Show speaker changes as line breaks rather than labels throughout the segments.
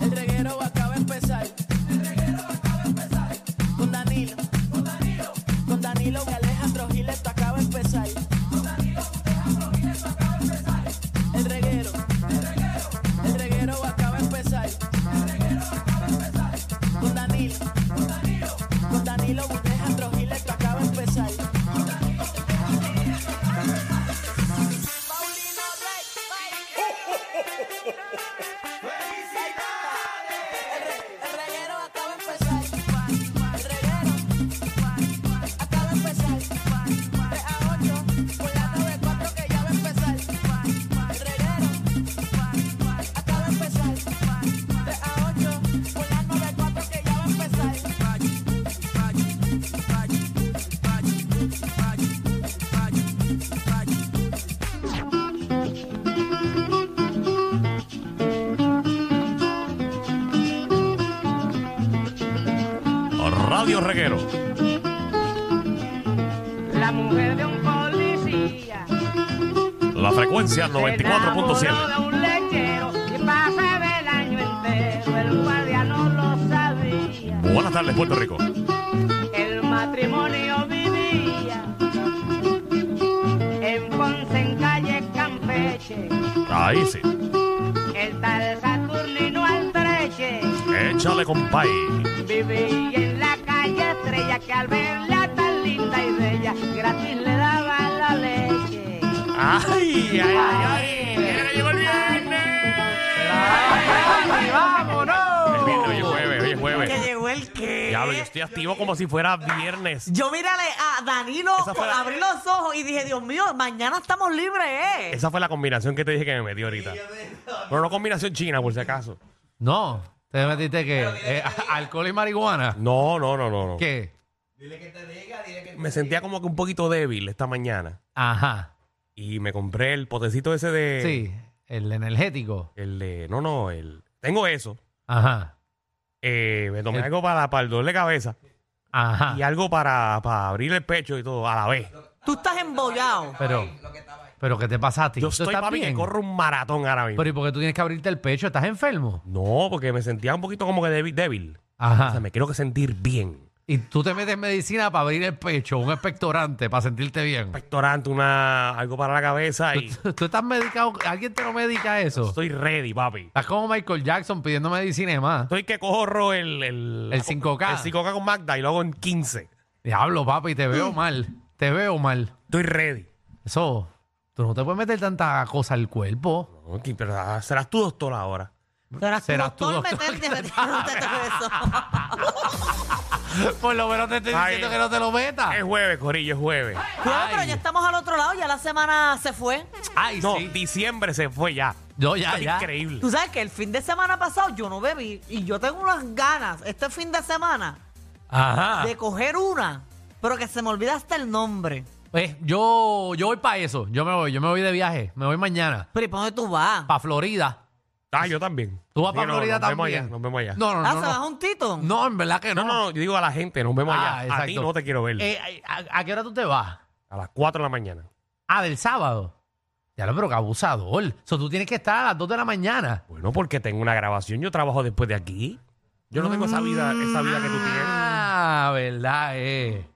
el reguero acaba de empezar. El reguero acaba de empezar. Con Danilo, con Danilo, con Danilo y Alejandro Gil esto acaba de empezar. Con Danilo, Alejandro Gil esto acaba de empezar. El reguero, el reguero, el reguero acaba de empezar. El reguero acaba de empezar. Con Danilo, con Danilo, con Danilo y Alejandro Gil esto acaba de empezar. Con Danilo, Alejandro Gil esto acaba de empezar. Paulino Rey, El reguero acaba de empezar. El reguero acaba de empezar. 3 a 8 por la 94 que ya va a empezar. El reguero acaba de empezar. 3 a 8 por la 94 que ya va a empezar.
Radio Reguero.
La mujer de un policía.
La frecuencia
Se
94.7.
enamoró de un lechero y pasaba el año entero. El guardia no lo sabía.
Buenas tardes, Puerto Rico.
El matrimonio vivía en Ponce, en calle Campeche.
Ahí sí.
El tal Saturnino Altreche
Échale, compay.
vivía en la calle Estrella. Que al verla tan linda y bella, gratis le daba la leche.
¡Ay, ay, ay! ay ¡Mira que llegó el viernes!
¡Vámonos!
Hoy es jueves, hoy es
Que
jueves.
llegó el que.
Diablo, yo estoy activo como si fuera viernes.
Yo mírale a Danilo,
Esa fue la-
abrí los ojos y dije, Dios mío, mañana estamos libres, ¿eh?
Esa fue la combinación que te dije que me metí ahorita. Pero no combinación china, por si acaso.
No, te metiste que eh, alcohol y marihuana.
No, no, no, no. no.
¿Qué?
Me sentía como que un poquito débil esta mañana.
Ajá.
Y me compré el potecito ese de...
Sí, el energético.
El de... No, no, el... Tengo eso.
Ajá.
Eh, me tomé
El- Ah.
algo para, para el dolor de cabeza.
Ajá.
y algo para, para abrir el pecho y todo a la vez.
Tú estás embollado.
Pero, pero ¿qué te pasa a ti?
Yo
¿Tú
estoy
estás
papi que
bien?
corro un maratón ahora mismo.
Pero ¿y por qué tú tienes que abrirte el pecho? ¿Estás enfermo?
no, porque me sentía un poquito como que débil. débil. O sea,
Ajá.
me quiero que sentir bien.
Y tú te metes medicina para abrir el pecho, un expectorante, para sentirte bien.
Pectorante, una, algo para la cabeza y
¿Tú, tú estás medicado? ¿Alguien te lo medica eso?
estoy ready, papi.
Estás como Michael Jackson pidiendo medicina y más.
Estoy que corro el... El,
El 5K.
El 5K con Magda y luego en 15.
Diablo, papi, te veo mal. Te veo mal.
Estoy ready.
Eso, tú no te puedes meter tanta cosa al cuerpo.
Ok, pero ah, serás tú doctor ahora.
Serás tú,
Doctor,
doctor.
meterte, meterte todo eso.
Por lo menos te estoy
Ay.
diciendo que no te lo metas.
Es jueves, Corillo, es jueves.
Bueno, pero ya estamos al otro lado, ya la semana se fue.
Ay,
No,
sí.
diciembre se fue ya.
Yo ya,
Está
ya.
Increíble.
Tú sabes que el fin de semana pasado yo no bebí y yo tengo unas ganas este fin de semana
Ajá.
de coger una, pero que se me olvida hasta el nombre.
Eh, yo, yo voy para eso. Yo me voy. Yo me voy de viaje. Me voy mañana.
Pero ¿y para dónde tú vas?
Para Florida.
Ah, yo también.
Tú vas
Sí,
para
no,
Florida
nos vemos
también.
allá, nos vemos allá.
No, no,
ah,
no.
se va
No.
juntito.
No, en verdad que no.
No, no, no, yo digo a la gente, nos vemos
Ah,
allá. A
exacto.
ti no te quiero ver.
Eh, eh, ¿a, a qué hora tú te vas?
a las 4 de la mañana.
Ah, del sábado. Ya lo, pero que abusador. O sea, tú tienes que estar a las 2 de la mañana.
Bueno, porque tengo una grabación, yo trabajo después de aquí. Yo no tengo esa vida, esa vida que tú tienes.
Ah, verdad, eh.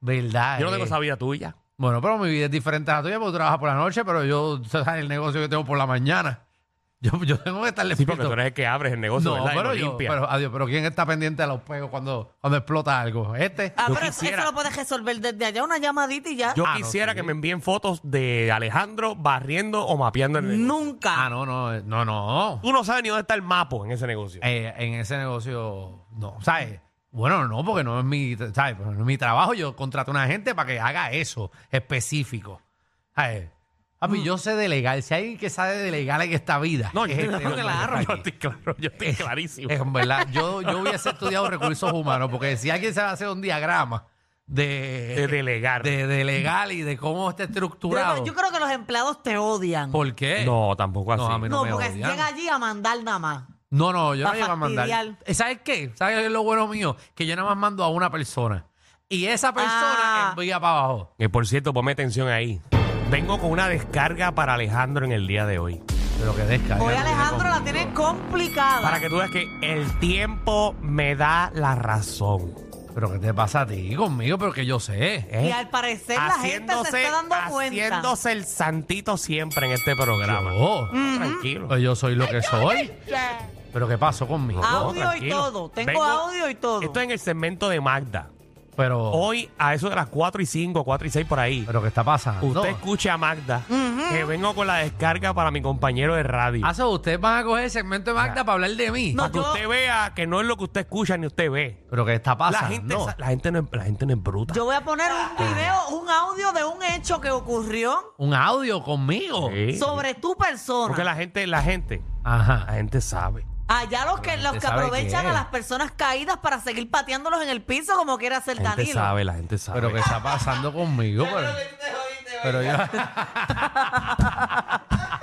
Verdad.
Yo no
eh.
tengo esa vida tuya.
Bueno, pero mi vida es diferente a la tuya porque tú trabajas por la noche, pero yo, o sea, el negocio que tengo por la mañana. Yo, yo tengo que estarle
Sí, porque
frito.
tú eres el que abres el negocio,
No,
¿verdad? Y
pero
lo
yo,
limpias.
pero, adiós, pero ¿quién está pendiente de los pegos cuando, cuando explota algo? Este.
Ah,
yo
pero eso-
quisiera-
eso lo puedes resolver desde allá, una llamadita y ya.
yo
Ah, no,
quisiera
sí.
que me envíen fotos de Alejandro barriendo o mapeando el negocio.
Nunca.
Ah, no, no, eh, no, no.
Tú no sabes ni dónde está el mapo en ese negocio.
Eh, en ese negocio, no, ¿sabes? Bueno, no, porque no es mi, ¿sabes? Pero no es mi trabajo. Yo contrato a una gente para que haga eso específico. ¿Sabes? Papi, yo sé delegar. Si hay alguien que sabe delegar en esta vida.
Mm. No, yo-
es este
no,
hombre que
claro,
está
yo
aquí.
estoy claro, yo estoy clarísimo.
Es en verdad. Yo, yo hubiese estudiado recursos humanos, porque si alguien sabe hacer un diagrama de,
De delegar.
de delegar y de cómo está estructurado.
Yo creo que los empleados te odian.
¿Por qué?
Eh, No, tampoco así.
No, a mí
no,
me
porque
odian.
llega allí a mandar nada más.
No, no, yo
Pa'
no llego a mandar.
fastidiar.
Eh, ¿Sabes qué? ¿Sabes qué es lo bueno mío? Que yo nada más mando a una persona. Y esa persona
Ah.
envía para abajo.
Que Eh, por cierto, ponme atención ahí. Vengo con una descarga para Alejandro en el día de hoy.
Pero que descarga.
Hoy Alejandro la tiene complicada.
Para que tú veas que el tiempo me da la razón.
Pero ¿qué te pasa a ti conmigo? Pero que yo sé.
¿eh?
Y al parecer la gente se está dando cuenta.
haciéndose el santito siempre en este programa.
Yo,
Tranquilo.
pues yo soy lo que soy. Pero ¿qué pasó conmigo?
Ah.
No,
Audio y
tranquilo.
todo. Tengo audio y todo.
Esto en el segmento de Magda.
Pero,
Hoy, a eso de las 4 y 5, 4 y 6 por ahí,
pero ¿qué está pasando?
usted escucha a Magda, que vengo con la descarga para mi compañero de radio.
Ah, so, ustedes van a coger el segmento de Magda para hablar de mí.
No,
para que
yo-
usted vea que no es lo que usted escucha ni usted ve.
Pero ¿qué está pasando?
La gente, sa- la, gente no, es- la gente no es bruta.
Yo voy a poner un video, un audio de un hecho que ocurrió
Un audio conmigo.
Sí.
sobre tu persona.
Porque la gente, la gente, la
Ajá.
gente sabe.
Allá los que, los que
sabe
aprovechan
qué.
a las personas caídas para seguir pateándolos en el piso como quiere hacer
La gente
Danilo.
sabe, la gente sabe.
Pero ¿qué está pasando conmigo? Pero, pero yo...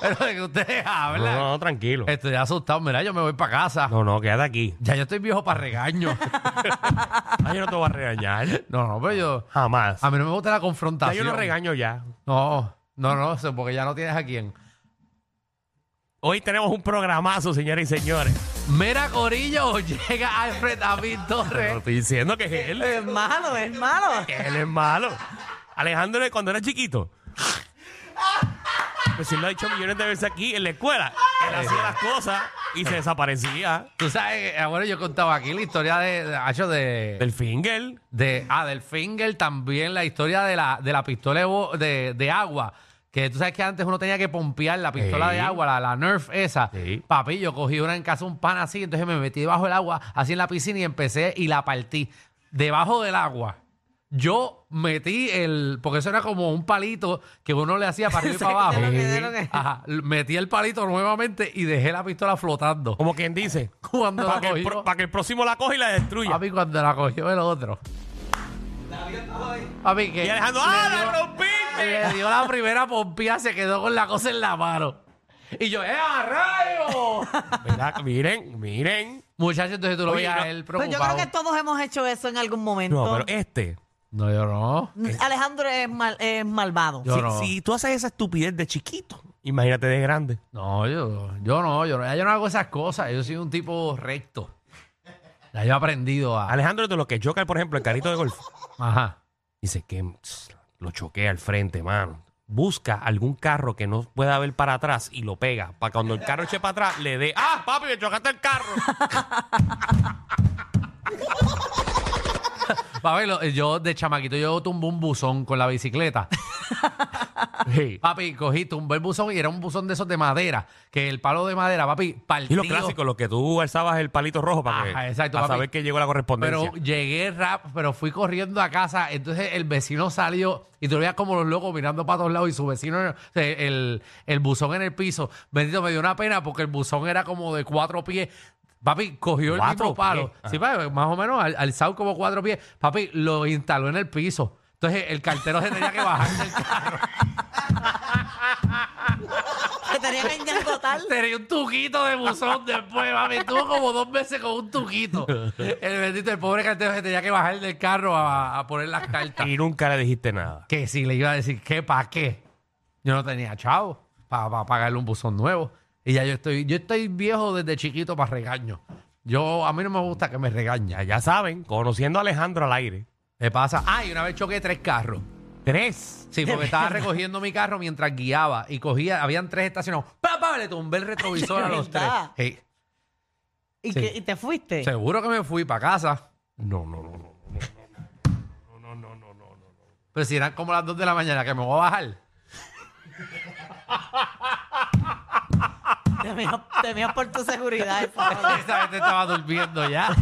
pero de que ustedes
no,
hablan.
no, no, tranquilo.
Estoy asustado. Mira, yo me voy para casa.
No, no, quédate aquí.
Ya yo estoy viejo para regaño.
Ah, yo no te voy a regañar.
no, no, pero yo...
Jamás.
A mí no me gusta la
Ya
confrontación.
yo no regaño ya.
No, no, no, eso porque ya no tienes a quién.
Hoy tenemos un programazo, señoras y señores.
Mira, Corillo, llega Alfred David
No
Torres.
estoy diciendo que él es,
Es malo, es malo.
que él es malo. Alejandro, cuando era chiquito. Pues si lo ha dicho millones de veces aquí en la escuela. Él hacía las cosas y se desaparecía.
Tú sabes, que, ah, bueno, yo contaba aquí la historia de, de, hacho, de,
Del finger.
de- ah, del finger, también la historia de la, de la pistola de bo- de, de agua. Que tú sabes que antes uno tenía que pompear la pistola
Sí.
de agua, la, la Nerf esa.
Sí.
Papi, yo cogí una en casa, un pan así, entonces me metí debajo del agua, así en la piscina y empecé y la partí. Debajo del agua. Yo metí el, porque eso era como un palito que uno le hacía para arriba y para abajo.
de lo que- de lo que-
Ajá, metí el palito nuevamente y dejé la pistola flotando.
Como quien dice.
Cuando
Para
la
que, el pro-
cogió,
pa' que el próximo la coja y la destruya.
papi, cuando la cogió el otro. Papi, que
Y Alejandro, ¡ah, la rompiste!
le dio la primera pompía, se quedó con la cosa en la mano. Y yo, ¡eh, a rayo!
Mira, Miren, miren.
Muchacho, entonces tú lo
Oye,
veías
no- pues
a él
Pero
preocupado.
Pues yo creo que todos hemos hecho eso en algún momento. Mm,
No, pero eh. este.
No, yo no.
Alejandro es, mal- es malvado.
Yo
si,
no.
si tú haces esa estupidez de chiquito, imagínate de grande.
No, yo, yo no, yo no. Ya yo no hago esas cosas. Yo soy un tipo recto. Ya yo he aprendido a...
Alejandro, de lo que choca, por ejemplo, el carrito de golf.
Ajá.
Dice que tss, lo choqué al frente, mano. Busca algún carro que no pueda ver para atrás y lo pega. Para cuando el carro eche para atrás, le dé. ¡Ah, papi, me chocaste el carro!
Papi, lo- yo de chamaquito, yo tumbé un buzón con la bicicleta.
Sí.
Papi, cogí, tumbé el buzón y era un buzón de esos de madera. Que el palo de madera, papi,
Y
partido.
lo clásico, lo que tú alzabas el palito rojo para, que-
Ajá, exacto,
para
papi.
saber que llegó la correspondencia.
Pero llegué rap, pero fui corriendo a casa. Entonces el vecino salió y tú lo veías como los locos mirando para todos lados y su vecino, eh, el, el buzón en el piso. Bendito, me dio una pena porque el buzón era como de cuatro pies. Papi, cogió el
¿Cuatro
mismo palo.
pies? Ah. Ajá.
Sí, papi, más o menos al, alzado como cuatro pies. Papi, lo instaló en el piso. Entonces el cartero se tenía que bajar del carro.
Que tenía que engargotar.
Tenía un tuquito de buzón después, mami. Estuvo como dos meses con un tuquito. El bendito, el pobre cartero se tenía que bajar del carro a, a poner las cartas.
Y nunca le dijiste nada.
que si le iba a decir que para qué. Yo no tenía chavo para pagarle un buzón nuevo. Y ya yo estoy, yo estoy viejo desde chiquito para regaño. Yo, a mí no me gusta que me regañe.
Ya saben, conociendo a Alejandro al aire.
Me pasa, ay, una vez choqué tres carros.
Tres.
Sí, porque estaba recogiendo mi carro mientras guiaba y cogía, habían tres estacionados. ¡Pa, pa! Le tumbé el retrovisor a los tres.
¿Verdad?
Sí.
¿Y,
Sí.
que- y te fuiste.
Seguro que me fui para casa.
No, no, no, no.
Pero si eran como las dos de la mañana, que me voy a bajar.
Temías, temías por tu seguridad. esa hora.
Esa gente estaba durmiendo ya. Esa gente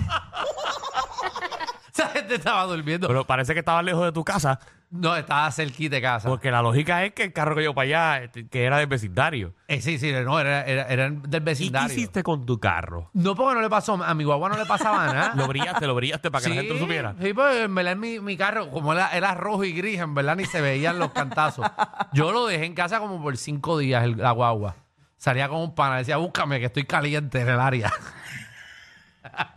Probablemente estaba durmiendo.
Pero parece que estaba lejos de tu casa,
no, estaba cerquita de casa.
porque la lógica es que el carro que yo para allá, este, que era del vecindario.
Eh, sí, sí, no, era, era- eran del
¿Y qué
vecindario.
hiciste con tu carro?
No, porque no le pasó, a mi guagua no le pasaba nada.
Lo brillaste, lo brillaste para que la gente lo supiera.
Sí, pues en verdad en mi, mi carro, como era, era rojo y gris, en verdad ni se veían los cantazos. Yo lo dejé en casa como por cinco días, el- la guagua. Salía con un pana, decía, búscame que estoy caliente en el área.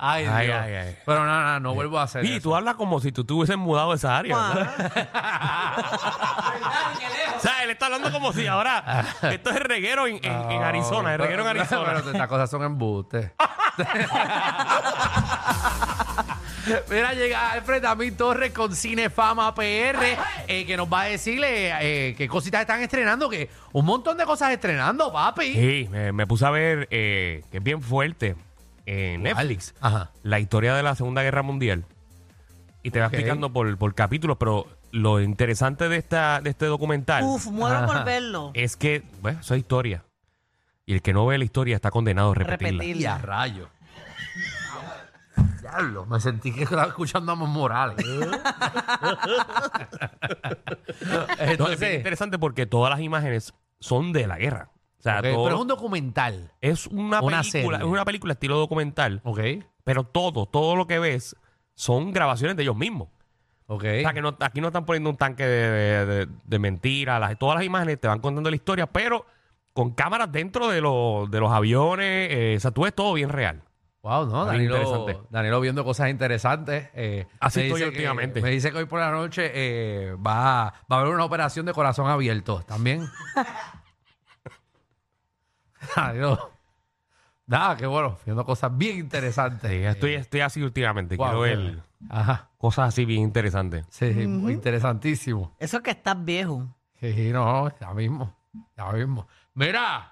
ay,
Ay,
Dios.
ay, ay.
Pero no, no, no vuelvo a hacer
Y
eso.
tú hablas como si tú te hubieses mudado de esa área. ¿verdad? O sea, él está hablando como si ahora esto es reguero en, en- en Arizona, es reguero en Arizona.
Pero estas cosas son embustes. Mira, llega Alfred David Torres con Cinefama PR, eh, que nos va a decirle eh, qué cositas están estrenando, que un montón de cosas estrenando, papi.
Sí, me, me puse a ver eh, que es bien fuerte en Netflix
Ajá.
la historia de la Segunda Guerra Mundial. Y te va
Ok.
explicando por, por capítulos, pero lo interesante de, esta, de este documental
Uf, muero
Ah.
Ajá.
por verlo.
es que, bueno, eso es historia. Y el que no ve la historia está condenado a repetirla.
Repetir.
Y a rayo. Diablo, me sentí que estaba escuchando a Mons Morales.
No, es bien
Entonces,
interesante porque todas las imágenes son de la guerra. O sea,
ok,
todo-
pero es un documental,
es una,
una
película,
serie.
es una película estilo documental,
¿ok?
pero todo, todo lo que ves son grabaciones de ellos mismos.
Ok.
O sea, que no- aquí no están poniendo un tanque de, de, de- de mentira. Las, todas las imágenes te van contando la historia, pero con cámaras dentro de, los de los aviones. eh, o sea, tú ves todo bien real.
Wow, no,
Está bien interesante.
Danilo, Danilo viendo cosas interesantes. eh,
Así
me
estoy
dice
últimamente.
que- Me dice que hoy por la noche eh, va, va a haber una operación de corazón abierto también. Danilo. Nada, qué bueno, viendo cosas bien interesantes.
Sí, estoy, estoy así últimamente.
Wow,
Quiero ver
qué- Ajá,
cosas así bien interesantes.
sí, sí, muy interesantísimo.
Eso es que estás viejo.
Sí, no, ya mismo, ya mismo. Mira,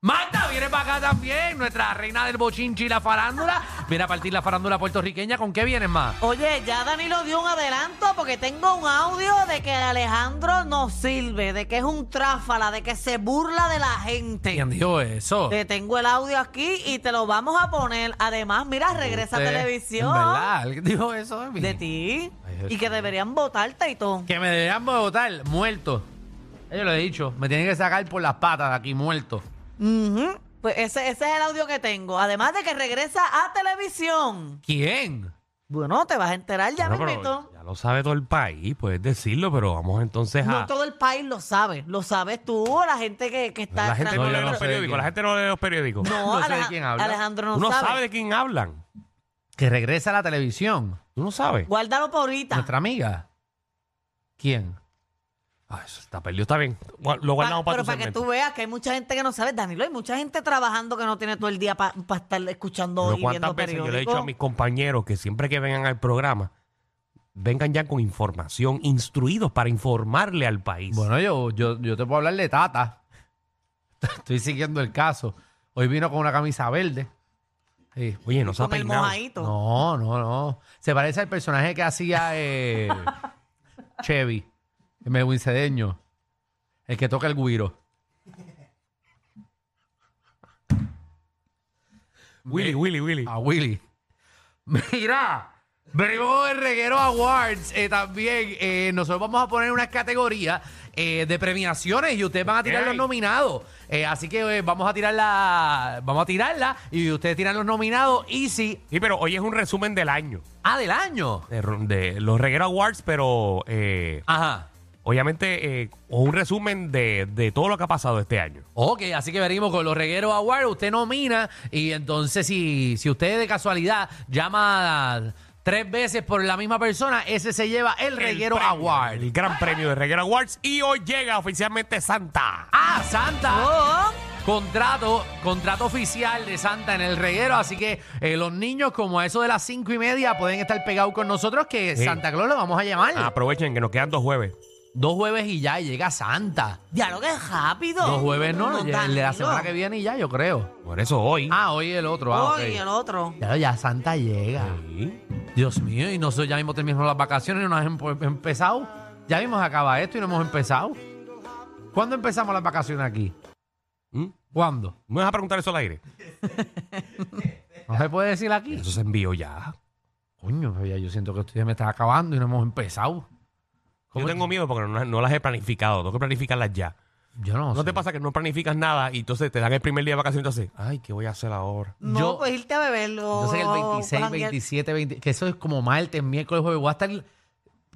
Magda viene para acá también, nuestra reina del bochinchi y la farándula. Viene a partir la farándula puertorriqueña. ¿Con qué vienes más?
Oye, ya Danilo dio un adelanto porque tengo un audio de que Alejandro no sirve, de que es un tráfala, de que se burla de la gente.
¿Quién dijo eso?
Te tengo el audio aquí y te lo vamos a poner. Además, mira, regresa a
Usted,
televisión
Eh, ¿En verdad? ¿Alguien dijo eso de mí?
de ti
Ay, Jesús.
y que deberían votarte y todo.
Que me deberían votar muerto. Yo lo he dicho. Me tienen que sacar por las patas de aquí muerto.
Ujú. Pues ese, ese es el audio que tengo. Además de que regresa a televisión.
¿Quién?
Bueno, te vas a enterar ya
Bueno, pero
mismito.
ya lo sabe todo el país, puedes decirlo, pero vamos entonces a.
No todo el país lo sabe. Lo sabes tú, la gente que, que está
la gente no,
No, yo
lee
no
los
sé de
periódicos.
quién.
La gente no lee los periódicos.
No,
No sé de
Aleja-
quién habla.
Alejandro
Tú
no
no
sabe.
sabes de quién hablan.
Que regresa a la televisión.
Tú no sabes.
Guárdalo por ahorita.
Nuestra amiga. ¿Quién?
Ah, eso está perdido, está bien. Gua- Lo
Pa-
guardamos para
pero
tu
para que
segmento.
tú veas que hay mucha gente que no sabe, Danilo, hay mucha gente trabajando que no tiene todo el día para estar escuchando
Pero
y
cuántas
viendo
veces
periódicos.
yo le he dicho a mis compañeros que siempre que vengan al programa, vengan ya con información, instruidos para informarle al país.
Bueno, yo, yo, yo te puedo hablar de Tata. Estoy siguiendo el caso. Hoy vino con una camisa verde. Sí.
Oye, no se ha
con el
peinado.
mojadito.
No, no, no. Se parece al personaje que hacía eh, Chevy, el meguincedeño, el que toca el guiro.
Willy, Willy, Willy.
A Willy. Mira, venimos con el Reguero Awards eh, también. eh, nosotros vamos a poner unas categorías eh, de premiaciones y ustedes van a tirar
Ok.
los nominados. Eh, así que eh, vamos a tirarla, vamos a tirarla y ustedes tiran los nominados y si
Sí, pero hoy es un resumen del año
ah, del año.
de, ro- de los Reguero Awards, pero eh,
Ajá.
obviamente eh, un resumen de, de todo lo que ha pasado este año.
Ok, así que venimos con los regueros Awards. Usted nomina y entonces si, si usted de casualidad llama tres veces por la misma persona, ese se lleva el, reguero
premio,
Award.
El gran premio de Reguero Awards. Y hoy llega oficialmente Santa.
¡Ah, Santa!
Oh,
Contrato, contrato oficial de Santa en el reguero. Así que eh, los niños, como a eso de las cinco y media, pueden estar pegados con nosotros que
Sí. Ah.
Santa Claus lo vamos a llamar.
Aprovechen que nos quedan dos jueves.
Dos jueves y ya llega Santa.
ya lo que es rápido.
Dos jueves no,
No,
ya- el de la semana que
Danilo.
viene y ya, yo creo.
Por eso hoy.
Ah, hoy el otro. Ah,
Hoy,
ok.
el otro.
Ya, ya Santa llega.
Sí.
Dios mío, y nosotros ya mismo terminamos las vacaciones y no hemos empe- empezado. Ya mismo se acaba esto y no hemos empezado. ¿Cuándo empezamos las vacaciones aquí?
¿Mm?
¿Cuándo?
¿Me vas a preguntar eso al aire?
No se puede decir aquí.
Eso se envió ya.
Coño, pero ya yo siento que esto ya me está acabando y no hemos empezado.
Yo
¿Cómo
tengo miedo porque no, no las he planificado. Tengo que planificarlas ya.
Yo no,
¿No
sé.
te pasa que no planificas nada y entonces te dan el primer día de vacaciones y tú haces, ay, ¿qué voy a hacer ahora?
No,
Yo-
pues irte a beberlo.
Entonces el 26, 27, 20, que eso es como martes, miércoles, jueves. Voy a estar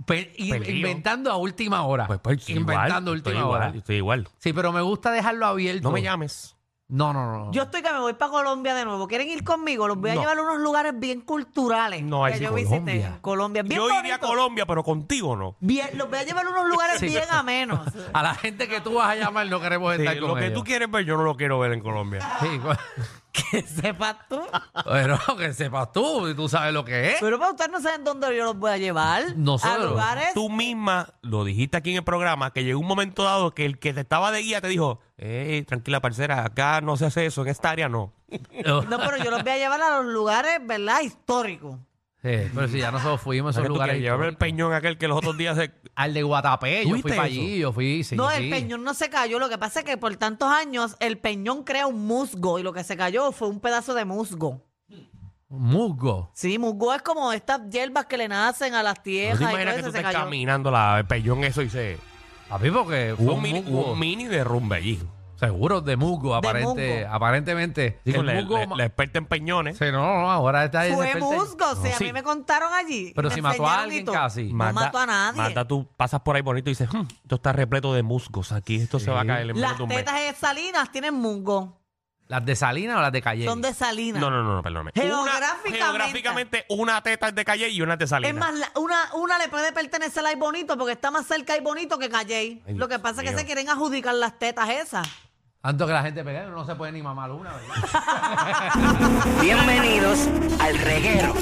pe- in-
Perdido.
inventando a última hora.
Pues, pues, estoy
inventando
igual,
a última
estoy igual,
hora.
Estoy igual.
Sí, pero me gusta dejarlo abierto.
No me llames.
No, no, no. no.
Yo estoy que me voy para Colombia de nuevo. ¿Quieren ir conmigo? Los voy a
No.
llevar a unos lugares bien culturales.
No,
que
ahí sí,
yo visité.
Colombia.
Colombia. Bien
Yo iría a
bonito.
Colombia, pero contigo no.
Bien- los voy a llevar a unos lugares
Sí,
bien
pero-
amenos.
A la gente que tú vas a llamar no queremos
Sí,
estar con
lo que
ellos.
tú quieres ver, yo no lo quiero ver en Colombia.
Sí, pues,
que sepas tú.
pero que sepas tú y tú sabes lo que es.
Pero para ustedes no saben dónde yo los voy a llevar.
Nosotros.
A lugares.
Tú misma lo dijiste aquí en el programa que llegó un momento dado que el que te estaba de guía te dijo, eh, tranquila, parcera, acá no se hace eso, en esta área no.
No, pero yo los voy a llevar a los lugares, ¿verdad? Históricos.
Sí, pero si ya nosotros fuimos a
¿Para
esos
qué tú quieres?
lugares.
Llévame el peñón aquel que los otros días se...
Al de Guatapé, yo fui
¿Tuviste
para
eso?
allí, yo fui. sí,
no, el
sí.
peñón no se cayó. Lo que pasa es que por tantos años el peñón crea un musgo y lo que se cayó fue un pedazo de musgo.
Musgo.
Sí, musgo es como estas hierbas que le nacen a las
¿No
tierras
te
y todo
imaginas que
eso
tú
se
estés
cayó.
caminando la, el peñón eso y se...
A mí porque fue
Hubo
un
un mini,
musgo.
hubo un mini derrumbe allí.
Seguro de musgo, aparente,
musgo.
aparentemente.
Digo, la,
el musgo.
la-
ma-
la experta en peñones.
Sí, no, no, ahora está ahí
Fue
experta en-
musgo, o sea,
No, sí.
a mí me contaron allí.
Pero
me
si mató a
enseñaron y
alguien
todo.
casi.
No mató a nadie.
Magda, tú pasas por ahí bonito y dices, "Hmm, esto está repleto de musgos aquí, esto se va a caer en menos
Las
de un mes".
tetas de salinas tienen musgo.
¿Las de Salinas o las de Calle?
Son de salinas.
No, no, no, no, perdóname. Una-
Geográficamente.
geográficamente, una teta es de calle y una es de salina.
Es más, la- una, una le puede pertenecer al Ay bonito porque está más cerca Ay bonito que Calley.
Ay,
Lo que
Dios
pasa es que
mío.
se quieren adjudicar las tetas esas.
Tanto que la gente pelea, no se puede ni mamar una, ¿verdad?
Bienvenidos al reguero.